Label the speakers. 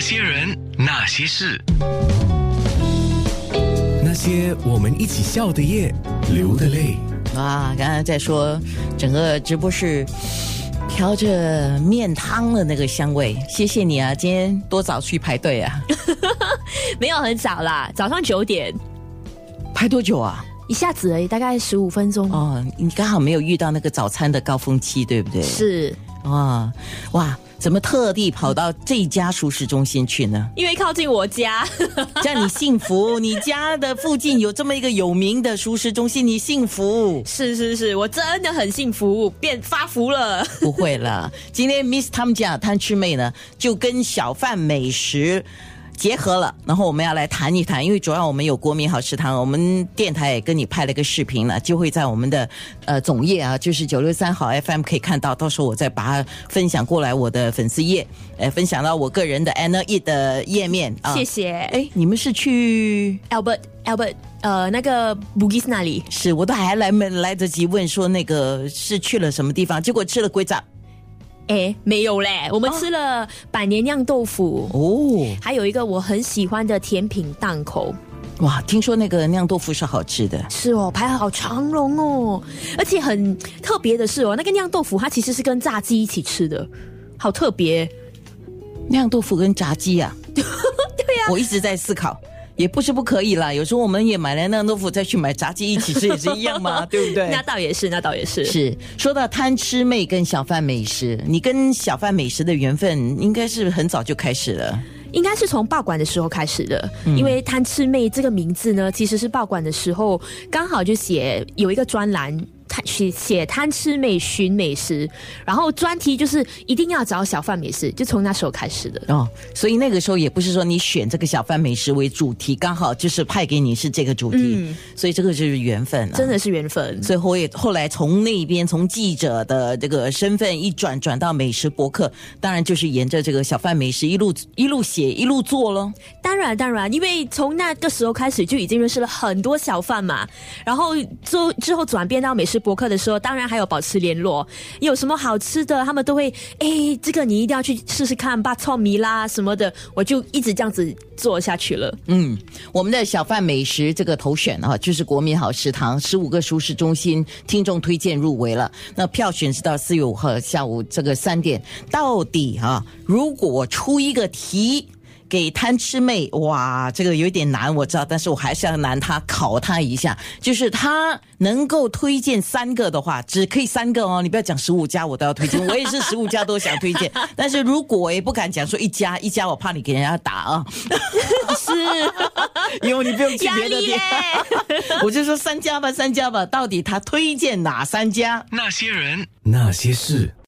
Speaker 1: 些人，那些事，
Speaker 2: 那些我们一起笑的夜，流的泪。
Speaker 3: 啊，刚才在说整个直播室飘着面汤的那个香味，谢谢你啊！今天多早去排队啊？
Speaker 4: 没有很早啦，早上九点，
Speaker 3: 排多久啊？
Speaker 4: 一下子而已，大概十五分钟。
Speaker 3: 哦，你刚好没有遇到那个早餐的高峰期，对不对？
Speaker 4: 是
Speaker 3: 啊、哇，怎么特地跑到这家熟食中心去呢？
Speaker 4: 因为靠近 我家，
Speaker 3: 这样你幸福，你家的附近有这么一个有名的熟食中心，你幸福。
Speaker 4: 是是是，我真的很幸福，变发福了。
Speaker 3: 不会啦， 今天 Miss 他们家的贪吃妹呢，就跟小贩美食。结合了，然后我们要来谈一谈，因为主要我们有国民好食堂，我们电台也跟你拍了个视频了，就会在我们的呃总页啊，就是九六三好 FM 可以看到，到时候我再把它分享过来我的粉丝页，呃，分享到我个人的 Anna E 的页面啊。
Speaker 4: 谢。谢
Speaker 3: 哎，你们是去？
Speaker 4: Albert Albert，呃，那个 Bugis 那里
Speaker 3: 是我都还来没来得及问说那个是去了什么地方，结果吃了啊龟掌
Speaker 4: 哎没有嘞，我们吃了百年酿豆腐。
Speaker 3: 哦。
Speaker 4: 还有一个我很喜欢的甜品档口，
Speaker 3: 哇，听说那个酿豆腐是好吃的，
Speaker 4: 是哦，排好长龙哦，而且很特别的是哦，那个酿豆腐它其实是跟炸鸡一起吃的，好特别。
Speaker 3: 酿豆腐跟炸鸡啊， 对呀、我一直在思考，也不是不可以啦。有时候我们也买来酿豆腐，再去买炸鸡一起吃也是一样 嘛，对不对
Speaker 4: 那？倒也是，那倒也是。
Speaker 3: 是说到贪吃妹跟小贩美食，你跟小贩美食的缘分应该是很早就开始了。
Speaker 4: 应该是从报馆的时候开始的，因为“贪吃妹”这个名字呢，其实是报馆的时候刚好就写有一个专栏。贪写写贪吃妹寻美食，然后专题就是一定要找小贩美食，就从那时候开始的。
Speaker 3: 哦，所以那个时候也不是说你选这个小贩美食为主题，刚好就是派给你是这个主题，所以这个就是缘分啊。
Speaker 4: 真的是缘分，
Speaker 3: 所以后也后来从那边从记者的这个身份一转转到美食博客，当然就是沿着这个小贩美食一路一路写一路做咯。
Speaker 4: 当然当然，因为从那个时候开始就已经认识了很多小贩嘛，然后之后之后转变到美食博客的时候，当然还有保持联络，有什么好吃的他们都会，哎，这个你一定要去试试看，巴糙米啦什么的，我就一直这样子做下去了。
Speaker 3: 嗯，我们的小贩美食这个投选啊，就是国民好食堂十五个熟食中心听众推荐入围了。那票选是到四月五号下午这个三点。到底啊，如果出一个题给贪吃妹，哇，这个有点难，我知道，但是我还是要难她考她一下，就是她能够推荐三个的话，只可以三个哦，你不要讲十五家我都要推荐，我也是十五家都想推荐，但是如果我也不敢讲说一家一家，我怕你给人家打啊。 因为你不用去 别的地方。我就说三家吧，三家吧，到底他推荐哪三家？
Speaker 1: 那些人。
Speaker 2: 那些事。